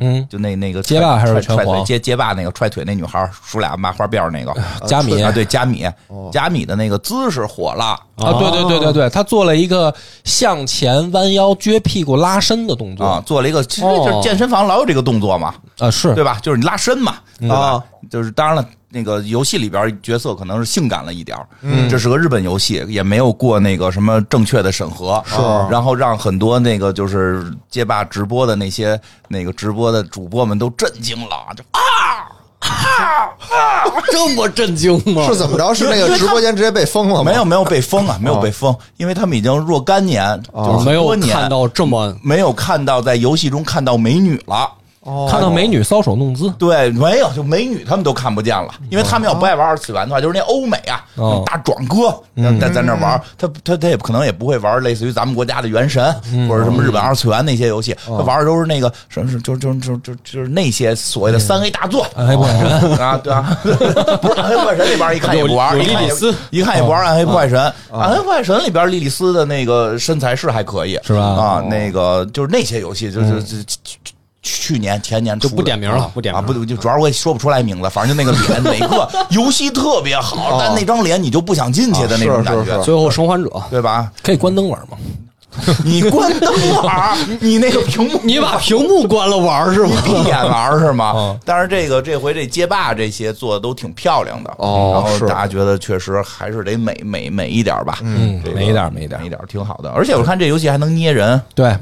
嗯，
就那那个
街霸还是
踹
拳
踹
皇
腿街街霸那个踹腿那女孩儿，梳俩麻花辫儿那个
呃加米
啊，对加米
哦，
加米的那个姿势火了，
啊，对对对对对，他做了一个向前弯腰、撅屁股、拉伸的动作
啊，做了一个，其实
哦
就是健身房老有这个动作嘛，
啊
嗯
是
对吧？就是你拉伸嘛，对吧
啊？
就是当然了，那个游戏里边角色可能是性感了一点儿
嗯
这是个日本游戏，也没有过那个什么正确的审核，哦
是
然后让很多那个就是街霸直播的那些那个直播的主播们都震惊了，啊就
这么震惊
嗯
吗？
是怎么着？是那个直播间直接被封哦了吗？哦
没有没有被封啊，没有被封，因为他们已经若干年，就是
没
很
有
多年
看到这么
没有看到在游戏中看到美女了。
哦，
看到美女搔首弄姿，
对，没有，就美女他们都看不见了，因为他们要不爱玩二次元的话，就是那欧美啊，
哦
那种大壮哥
嗯
在在那玩，他他他也可能也不会玩类似于咱们国家的《原神》
嗯
或者什么日本二次元那些游戏，他
哦
玩的都是那个什么，就就就就就是那些所谓的三 A 大作
哎不然
啊，对啊，
[LAUGHS]
不是《暗黑破坏神》里边一看也不玩，
有
一看
莉
也
莉丝哦
一看也不玩《暗黑破坏神》，《暗黑破坏神》里边莉莉丝的那个身材是还可以，
是吧
哦
啊，那个就是那些游戏，就是就去去年前年
嗯就
出
不
的
点名了不点
啊，
名
不就主要我也说不出来名字，反正就那个脸，哪个游戏特别好，但那张脸你就不想进去的那种
啊是
感
是
觉
是。
最后生还者，
对吧？ [LAUGHS]
可以关灯玩吗？
你关灯玩儿，你那个屏幕，
你把屏幕关了玩儿是吗？
闭眼玩儿是吗
嗯？
但是这个这回这街霸这些做的都挺漂亮的，
哦
然后
是
大家觉得确实还是得美美美一点吧，
嗯
这个
美一点美一点
美一点挺好的。而且我看这游戏还能捏人，
对，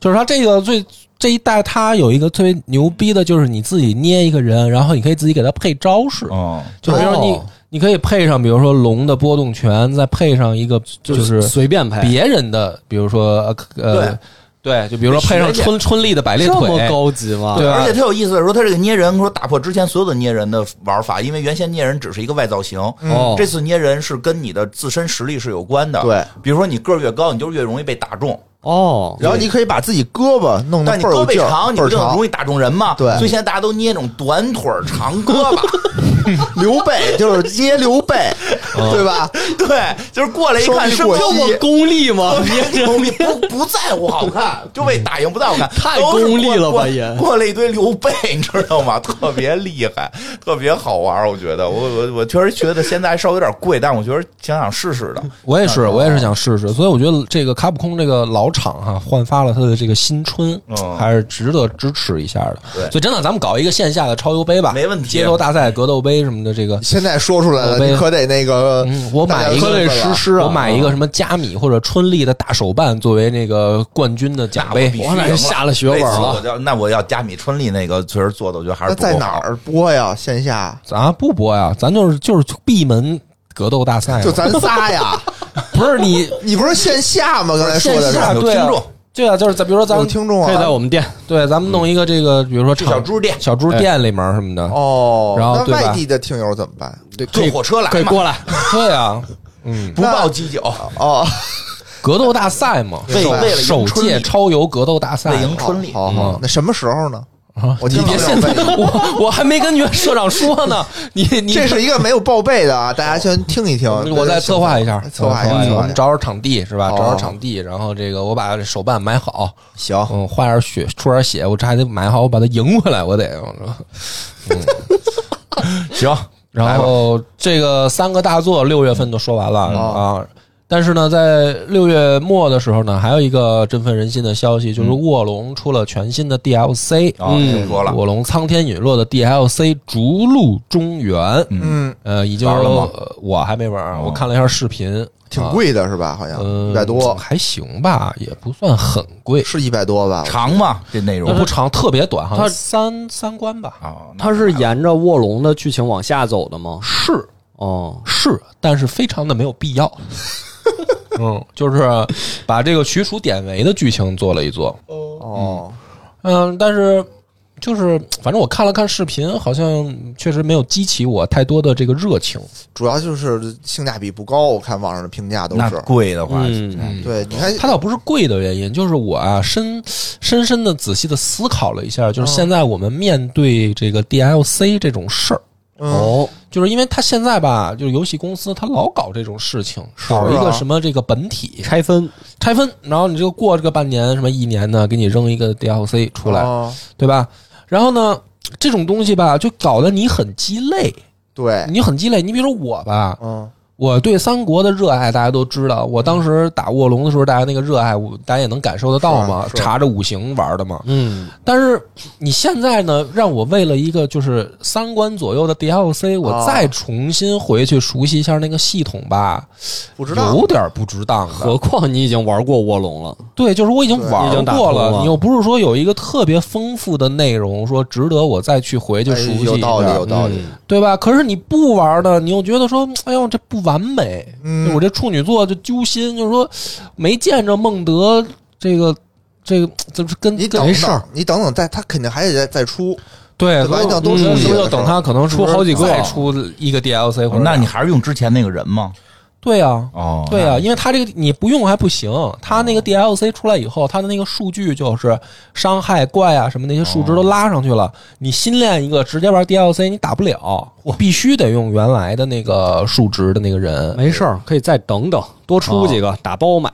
就是他这个最这一代，他有一个特别牛逼的，就是你自己捏一个人，然后你可以自己给他配招式，
嗯，
就比如说你、
哦
你可以配上，比如说龙的波动拳，再配上一个就是
随便拍，
别人的，比如说呃对，就比如说配上
学姐
春春丽的百裂
这么
腿，哎
高啊级吗？
对
啊
啊吧
而且特有意思的是说，它这个捏人说打破之前所有的捏人的玩法，因为原先捏人只是一个外造型，
嗯
哦
这次捏人是跟你的自身实力是有关的。
对，
比如说你个儿越高，你就越容易被打中。
哦，
然后你可以把自己胳膊弄得
但你
倍儿
胳
嗯有
膊
劲儿
长，你
倍
不
儿
就很
长 [LAUGHS]
容。易打中人嘛？
对
所以现在大家都捏那种短腿儿长胳
[LAUGHS]
膊，
刘备就是捏刘备，对吧？
对，就是过来一看是
双臂过
这么
膝
这么功利吗？ [LAUGHS]
功利，不不在乎好看，就为打赢不在乎好看，
嗯太
都是
功利了吧
过
也
过了一堆刘备，你知道吗？特别厉害，特别好玩儿，我觉得，我我我确实觉得现在稍微有点贵，但我觉得想想试试的。
我也是我也是想试试，所以我觉得这个卡普空这个老厂哈、焕发了它的这个新春，
嗯
还是值得支持一下的。
对
所以真的，咱们搞一个线下的超游杯吧，
没问题
街头大赛、格斗杯什么的，这个
现在说出来了，
刘备
你可得那个
嗯，，我买一
大
个啊
家可得实施
我买一个什么加米或者春丽的大手办作为那个冠军的奖杯。
必须
哎我那
赢
下了血本
这次
了
我就那我要加米春丽那个，确实做的，我觉得还是
那
不够
在哪
好？
儿播呀？线下
咱不播呀，咱就是就是闭门格斗大赛嘛，
就咱仨呀？
不是你
你不是线下吗？刚才说
线
的是
下
有
对啊
听众，
对啊，就是咱比如说咱
有
们
听众
可以在
啊。
我们店
对，咱们弄一个这个，比如说
去
厂
小猪店
小猪店里面什么的，
哦，
然后
那
对吧
外地的听友怎么办？
坐火车来
可以
嘛，
过来，
[LAUGHS] 对啊，嗯，
不报鸡酒，
哦，
格斗大赛嘛，
为
首
为了赢
首
春
届
丽
超游格斗大赛
为
嘛
赢春丽。
好好，那什么时候呢？
啊，
我
你
听
别
到
现
了
在，我我还没跟原社长说呢，你你
这是一个没有报备的啊，大家先听一听。
嗯我再策划一下，
策
我
划一下，策
我
划
们
一下。
找找场地是吧？
哦
找找场地，然后这个我把手办买好，
行，
嗯，花点血出点血，我这还得买好，我把它赢回来，我得。
[LAUGHS]
我说
行，
然后这个三个大作六月份都说完了、
哦
啊，但是呢，在六月末的时候呢，还有一个振奋人心的消息，
嗯
就是卧龙出了全新的 DLC，、
啊，听说了，
嗯卧龙苍天陨落的 DLC《逐鹿中原》。
嗯
嗯，
呃，已经
玩了吗
呃我还没玩儿，
哦
我看了一下视频，啊
挺贵的是吧？好像
嗯，
一百多，
还行吧，也不算很贵，
是一百多吧？
长吗？这内
我
容
不长，特别短，好像
它
三三关吧。
啊，那
它是沿着卧龙的剧情往下走的吗？
是
哦，
是，但是非常的没有必
[LAUGHS]
要。嗯，就是把这个许褚典韦的剧情做了一做。
哦，
嗯，但是就是反正我看了看视频，好像确实没有激起我太多的这个热情。
主要就是性价比不高，我看网上的评价都
那
是。
贵的话，哎
嗯，
对，你看
它倒不是贵的原因，就是我啊深深深的仔细的思考了一下，
嗯
就是现在我们面对这个 DLC 这种事儿，
嗯，
就是因为它现在吧，就是游戏公司它老搞这种事情，
啊
搞一个什么这个本体
拆分
拆分，然后你这个过这个半年什么一年呢，给你扔一个 DLC 出来，
哦
对吧？然后呢，这种东西吧，就搞得你很鸡肋，
对，
你很鸡肋。你比如说我吧，
嗯，
我对三国的热爱，大家都知道。我当时打卧龙的时候，大家那个热爱，我大家也能感受得到嘛，
是啊是啊
查着五行玩的嘛。
嗯，
但是你现在呢，让我为了一个就是三关左右的 DLC，我
啊
再重新回去熟悉一下那个系统吧，
不知道
有点不值当的
何。况你已经玩过卧龙了，
对，就是我已经
已
玩
经打
过
通了
你又不是说有一个特别丰富的内容，说值得我再去回去
哎
熟悉一下，
有道理，有道理。
嗯
对吧？可是你不玩呢，你又觉得说，哎呦，这不完美，就
嗯
我，这处女座就揪心，就是说没见着孟德这个这个，嗯这是跟
你
跟
等等，你等等，再他肯定还得再再出，
对
对吧
所以
你要多
嗯
休息
所以
的
就
时候
等他可能出好几个，啊
是不是
再出一个 DLC 或者
那你还是用之前那个人吗？
对啊。
哦，
对啊，因为他这个你不用还不行，他那个 DLC 出来以后，他的那个数据就是伤害怪啊什么那些数值都拉上去了。你新练一个，直接玩 DLC 你打不了，我必须得用原来的那个数值的那个人。
没事儿，可以再等等，多出几个打包买。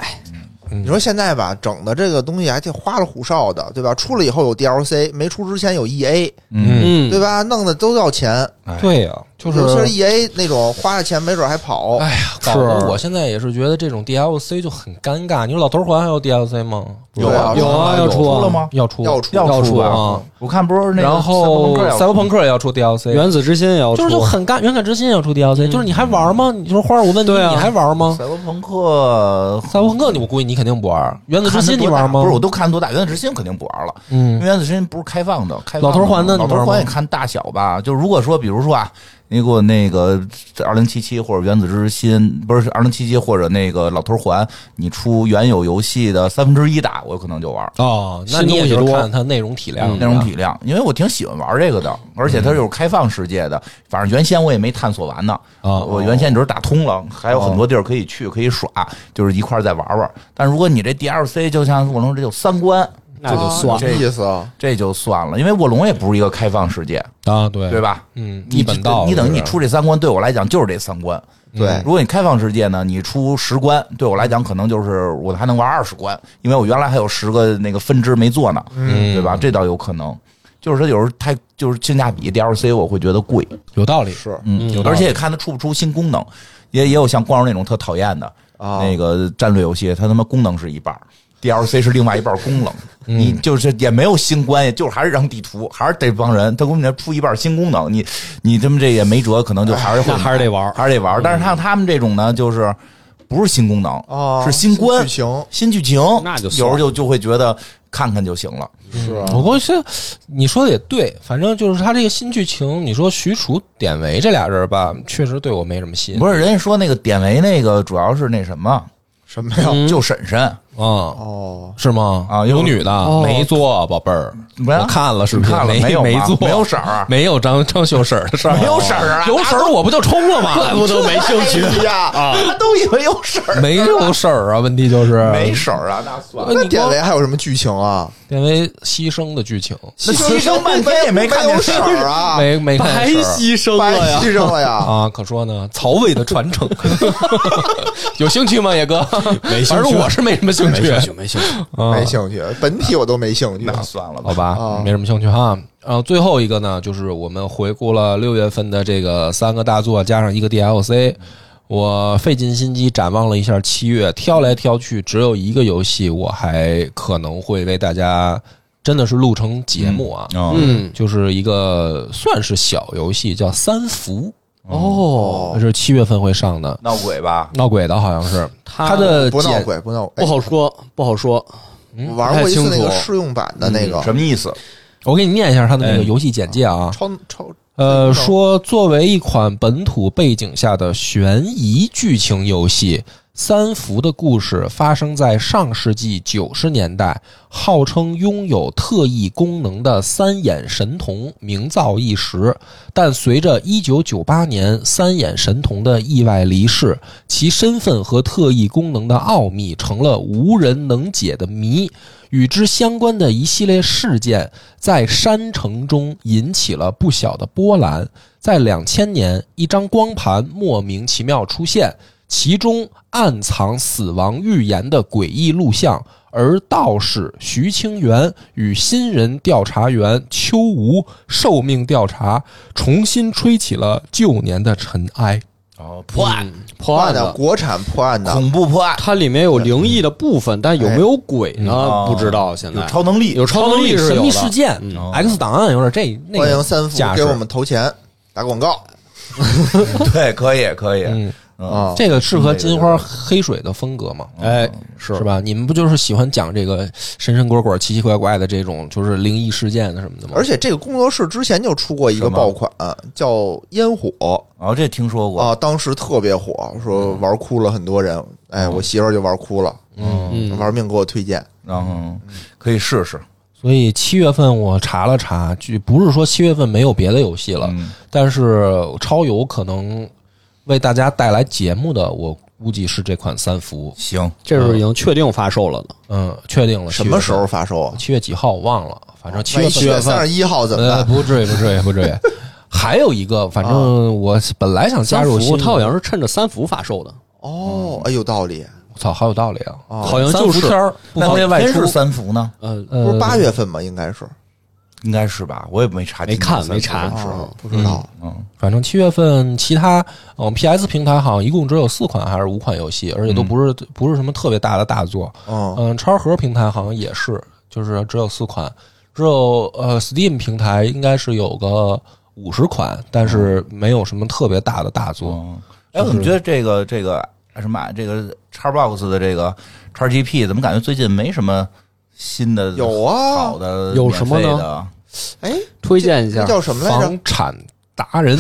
你说现在吧，整的这个东西还挺花里胡哨的，对吧？出了以后有 DLC，没出之前有 EA，
嗯，
嗯
对吧？弄得都要钱，
对啊呀、就是
尤其是 EA 那种花了钱没准还跑，
哎呀，搞得我现在也是觉得这种 DLC 就很尴尬。你说老头环还有 DLC 吗？
有啊
有
有
啊，
啊
要
要出
出
啊
出了吗？
要出
要出
要出
吧
啊！
我看不是那个
然后赛
赛
博
博
朋
朋克
克也要出 DLC，
原子之心也要出，
就是就很尴，原感之心也要出 DLC，就是你还玩吗？你说花儿，我问你，
对啊
你还玩
也
吗？
赛博朋克
赛博朋克，你我估计你肯定不玩。原子之
看它
心你
多大
玩吗？
不是，我，都看多大，原子之心肯定不玩了。因
嗯
为原子之心不是开放的，开放
老头环呢
老
你
头
玩吗
环也看大小吧。就如果说，比如说啊，你给我那个二零七七或者原子之心，不是二零七七或者那个老头环，你出原有游戏的三分之一打，我有可能就玩。
哦，那
新
你
东
也
西
就是
多
看它内容体量，啊
嗯
内容体量，因为我挺喜欢玩这个的，而
嗯
且它又是开放世界的，反正原先我也没探索完呢。
啊
我原先只是打通了，还有很
哦
多地儿可以去，可以耍，就是一块儿再玩玩。但如果你这 DLC 就像我龙，这有三关，
那就算了。
这意思啊。
这就算了，因为卧龙也不是一个开放世界，
啊，对
对？吧？
嗯，一
你
本道，
你等于你
就是嗯
出这三关，对我来讲就是这三关。
对
如果你开放世界呢，你出十关，对我来讲可能就是我还能玩二十关，因为我原来还有十个那个分支没做呢，
嗯
对吧？这倒有可能。就是它有时候太就是性价比 DLC 我会觉得贵，
有道理，
是
嗯
有道理
而且也看它出不出新功能，也也有像光荣那种特讨厌的
啊
那个战略游戏，它他妈功能是一半儿，DLC 是另外一半儿功能，你就是也没有新关系，就是还是让地图，还是这帮人，他给你出一半儿新功能，你你他妈这也没辙，可能就还是会
那 [LAUGHS] 还是得
[LAUGHS]
玩儿
还是得玩儿。但是像他们这种呢，就是不是新功能，
啊，
是新关
剧情
新剧情，
那就
有
算
时候就就会觉得看看就行了。
嗯
是啊
不过是你说的也对，反正就是他这个新剧情，你说许褚、典韦这俩人吧，确实对我没什么吸引。
不是人家说那个典韦那个主要是那什么，
什么呀？
就婶婶，
啊，
哦，
是吗？
啊
有
有
女的、
哦
没做，宝贝儿，
不是
我看了视频，
看了
没
有
没
吗
做，
没有婶儿，啊
没有张张秀婶儿的事儿，
没有婶儿啊
有婶儿我不就冲了吗？
不都没兴趣
哎呀，
啊！
他都以为有婶儿，
没有婶儿啊，问题就是
没婶儿啊，那算了。
那
那
你
典
光
韦还有什么剧情啊？
典韦牺牲的剧情，
那牺牲半天也没看见
有
事
婶
儿
儿啊，
没没看
白
见婶儿
牺牲
白
了呀！
牺牲了呀。
啊，可说呢，曹魏的传承，有兴趣吗，野哥？
没兴
反
趣
正我是没什么兴趣，
趣，没兴趣。
啊
没兴趣，本体我都没兴趣
那。算了
好吧
吧。
啊，
没什么兴趣哈。然后最后一个呢，就是我们回顾了六月份的这个三个大作加上一个 DLC，我费尽心机展望了一下七月，挑来挑去，只有一个游戏我还可能会为大家真的是录成节目啊，
嗯
嗯，
就是一个算是小游戏，叫《三伏》。哦，这是七月份会上的，
闹鬼
嗯
吧？
闹鬼的好像是
它
它的
啊不闹
简
鬼，不闹
不
鬼。
好说，不好说。
哎玩过一次那个试用版的那个，
什么意思？
我给你念一下它的
哎
那个游戏简介啊，
超超
呃，说作为一款本土背景下的悬疑剧情游戏，《三伏》的故事发生在上世纪九十年代，号称拥有特异功能的三眼神童名噪一时，但随着1998年三眼神童的意外离世，其身份和特异功能的奥秘成了无人能解的谜。与之相关的一系列事件在山城中引起了不小的波澜。在两千年，一张光盘莫名其妙出现，其中暗藏死亡预言的诡异录像，而道士徐清源与新人调查员邱无受命调查，重新吹起了旧年的尘埃。
哦，破案，
嗯破案
的
的，
国产破案的，
恐怖破案，
它里面有灵异的部分，但有没有鬼呢？
哦
不知道现
有
在。
超能力，
嗯有超能力是
神
有
秘
的
事件、
嗯
X 档案有点这那个
欢迎三伏
架势
给我嗯们投钱打广告
对，可以，可以，
嗯
嗯，
啊！
这个适合金花黑水的风格嘛？
哎，是
是？吧？你们不就是喜欢讲这个神神鬼鬼、奇奇怪怪的这种，就是灵异事件的什么的吗？
而且这个工作室之前就出过一个
什么
爆款，叫《烟火》
哦，这听说过，
啊，当时特别火，说玩哭了很多人。哎，我媳妇儿就玩哭了，
嗯，
嗯，
玩命给我推荐。
然后可以试试，
所以七月份我查了查，就不是说七月份没有别的游戏了，
嗯，
但是超游可能为大家带来节目的，我估计是这款三伏。
行，
这是已经确定发售了的。
嗯，确定了
什么时候？发售啊？
七月份七月几号我忘了，反正七月
万一
份
七月三十一号怎么
呃，
办？
不至于，不至于，不至于。还有一个，反正我本来想加
三
入
伏
新，
它好像是趁着三伏发售的，
哦，哎，有道理，
我操，好有道理啊！
好像就
三伏
是
天儿不
那
方便外
哪天
出
是，三伏呢？
呃
不是
呃
八月份吗？应该是
应该是吧，我也没查，
没看
今
没
年三伏
查
是
啊
哦
吗，
不知道。
嗯，
反正七月份其他嗯 PS 平台好像一共只有四款还是五款游戏，而且都不是、不是什么特别大的大作。
嗯，
嗯，超盒平台好像也是，就是只有四款，只有呃 Steam 平台应该是有个五十款，但是没有什么特别大的大作。
嗯哎，我们觉得这个这个什么啊这个 Xbox 的这个 XGP 怎么感觉最近没什么新的
嗯
有啊
好的
有什么呢
免费的
哎，
推荐一下
那叫什么来着
房？产达人，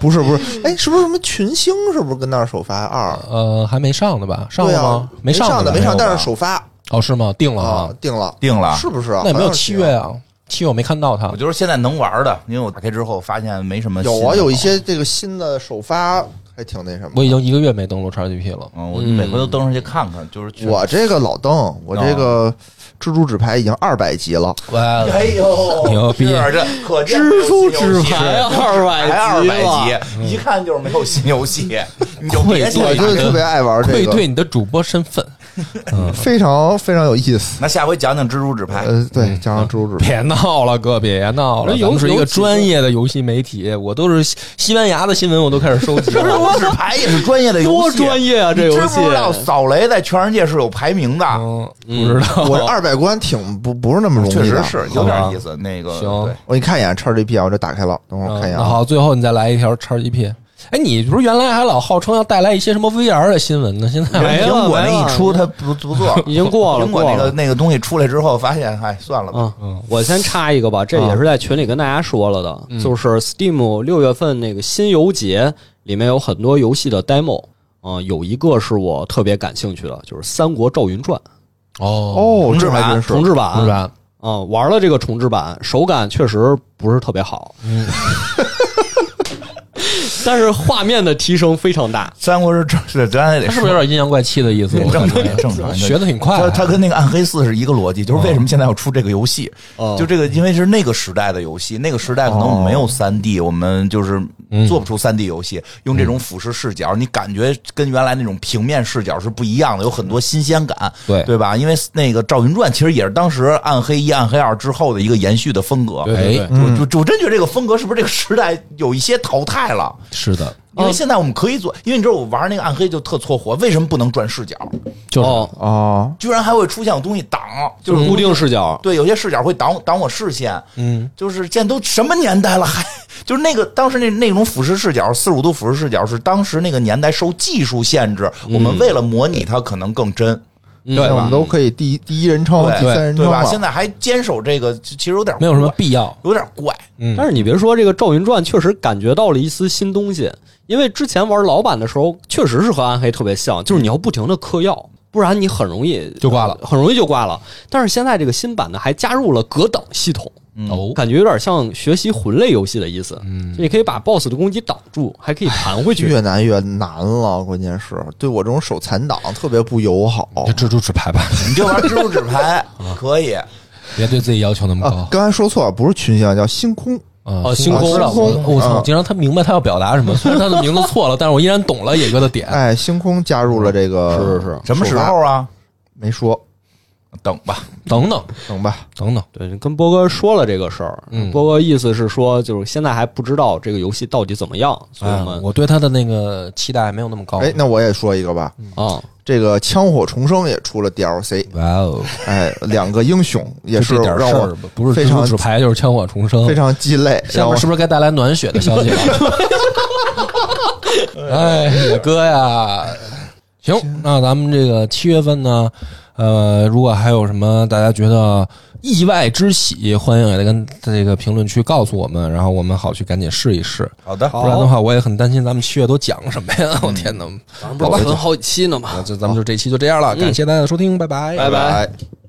不是不是，哎，是不是什么群星？是不是跟那儿首发二？
呃，还没上呢吧？上
对
了
啊
吗？，
没
上
的
呢，
没
吧
上，但是首发
哦，是吗？定了
啊
啊，，
定了，
定了？
是不是啊？
那有没有
好像是
七
定了
月啊？七月我没看到它
我。就是现在能玩的，因为我打开之后发现没什么新的
有啊，有一些这个新的首发还挺那什么。
我已经一个月没登录 XGP 了，
嗯，我每回都登上去看看，就是去
我这个老登，我
啊
这个蜘蛛纸牌已经二百级了，
哇，
哎呦
牛逼
是啊这可见
蜘
没有新游
蛛纸
戏
牌二百
还二
级了，
百
嗯
啊级，一看就是没有新游戏，你就别
愧对
我
对
去
就
了。
对
特别爱玩这
愧对
个，
你的主播身份。
非常非常有意思。
那下回讲讲蜘蛛纸牌，
呃，对，加上蜘蛛纸牌，
哎嗯别闹了，哥，别闹了，
哎
咱
有
们是一
有
个
几个
专业的游戏媒体，我都是西西班牙的新闻，我都开始收集
蜘
了。
蛛纸牌也是专业的游戏，
多专业啊！这游
知
戏
不知道扫雷在全世界是有排名的？
嗯，不知道。
我这二百关挺不不是那么嗯容
确
易
实
的。
是有点意思。那个
行
对
我给你看一眼叉 GP 啊，我这打开了，等会儿我
嗯
看一眼
那
啊。
好，最后你再来一条叉 GP。哎，你不是原来还老号称要带来一些什么 VR 的新闻呢？现在
哎没了
苹果那
没了
一出，他不不做，
已经过了
苹果那
过
个
了
那个东西出来之后，发现哎，算了吧。
嗯，我先插一个吧，这也是在群里跟大家说了的，就是 Steam 六月份那个新游节里面有很多游戏的 demo，嗯、有一个是我特别感兴趣的，就是《三国赵云传
哦，
哦，
啊同志
这还
版
真》
重
是。
制版，
是吧？
啊、玩了这个重置版，手感确实不是特别好， [LAUGHS] 但是画面的提升非常大。
三国是正是咱也得
他是不是有点阴阳怪气的意思？
说正常正
我 [LAUGHS]
常
学的挺快
他
啊。
他跟那个《暗黑四》是一个逻辑，就是为什么现在要出这个游戏？
哦
就这个，因为是那个时代的游戏，那个时代可能我们没
哦
有三 D，我们就是做不出三 D 游
嗯
戏，用这种俯视视角，你感觉跟原来那种平面视角是不一样的，有很多新鲜感，
对
对吧？因为那个《赵云传》其实也是当时《暗黑一》《暗黑二》之后的一个延续的风格。
对对对嗯
哎我就我真觉得这个风格是不是这个时代有一些淘汰了？
是的，
因为现在我们可以做，因为你知道我玩那个暗黑就特搓火，为什么不能转视角？
就是
哦，
哦，
居然还会出现有东西挡，就
就是
是
固定视角，
对有些视角会挡挡我视线。
嗯，
就是现在都什么年代了，还 [LAUGHS] 就是那个当时那那种俯视视角，四十五度俯视视角是当时那个年代受技术限制，我们
嗯
为了模拟它可能更真，
对
现在我们都可以第一第一人称、第
对
三
哎
人
对
称
吧？
了。
现在还坚守这个，其实有点
[LAUGHS] 没有什么必要。
有点怪，
嗯
但是你别说，这个《赵云传》确实感觉到了一丝新东西，因为之前玩老版的时候，确实是和暗黑特别像，就是你要不停的嗑药，不然你很容易呃
就挂了
很容易就挂了。但是现在这个新版呢，还加入了格挡系统，
哦，
感觉有点像学习魂类游戏的意思。嗯，你可以把 BOSS 的攻击挡住，还可以弹回
[LAUGHS]
去。
越难越难了，关键是对我这种手残党特别不友好。
就蜘蛛纸牌吧，
你就玩蜘蛛纸牌
啊
可以，
[LAUGHS] 别对自己要求那么
啊，
高。
刚才说错了，不是群像，叫星空。
啊
星
空
我知道
星空
我我操，
啊
我竟然他明白他要表达什么，虽然他的名字错了，但是我依然懂了野哥的点。
哎，星空加入了这个，
是是是
什么时候啊？
没说？
等吧，
等等
等吧，
等等，
对，跟波哥说了这个事儿，
嗯
波哥意思是说，就是现在还不知道这个游戏到底怎么样，所以
哎
我们
我对他的那个期待没有那么高。
哎，那我也说一个吧。
哎
啊，
这个《枪火重生》也出了 DLC，
哇哦，
哎，两个英雄也是
就这点
让
事儿
我
吧，不是
非
蜘蛛
常
纸牌就是枪火重生
非。常鸡肋。
下面是不是该带来暖血的消
[LAUGHS]
息了？哎，野哥呀，行，那咱们这个七月份呢，呃，如果还有什么大家觉得意外之喜，欢迎也跟这个评论区告诉我们，然后我们好去赶紧试一试。
好的，
不然的话，我也很担心咱们七月都讲什么呀！我天哪，
嗯咱们不是存好几期呢吗？
嗯
那就咱们就这期就这样了，感谢大家的收听，拜拜，
拜
拜。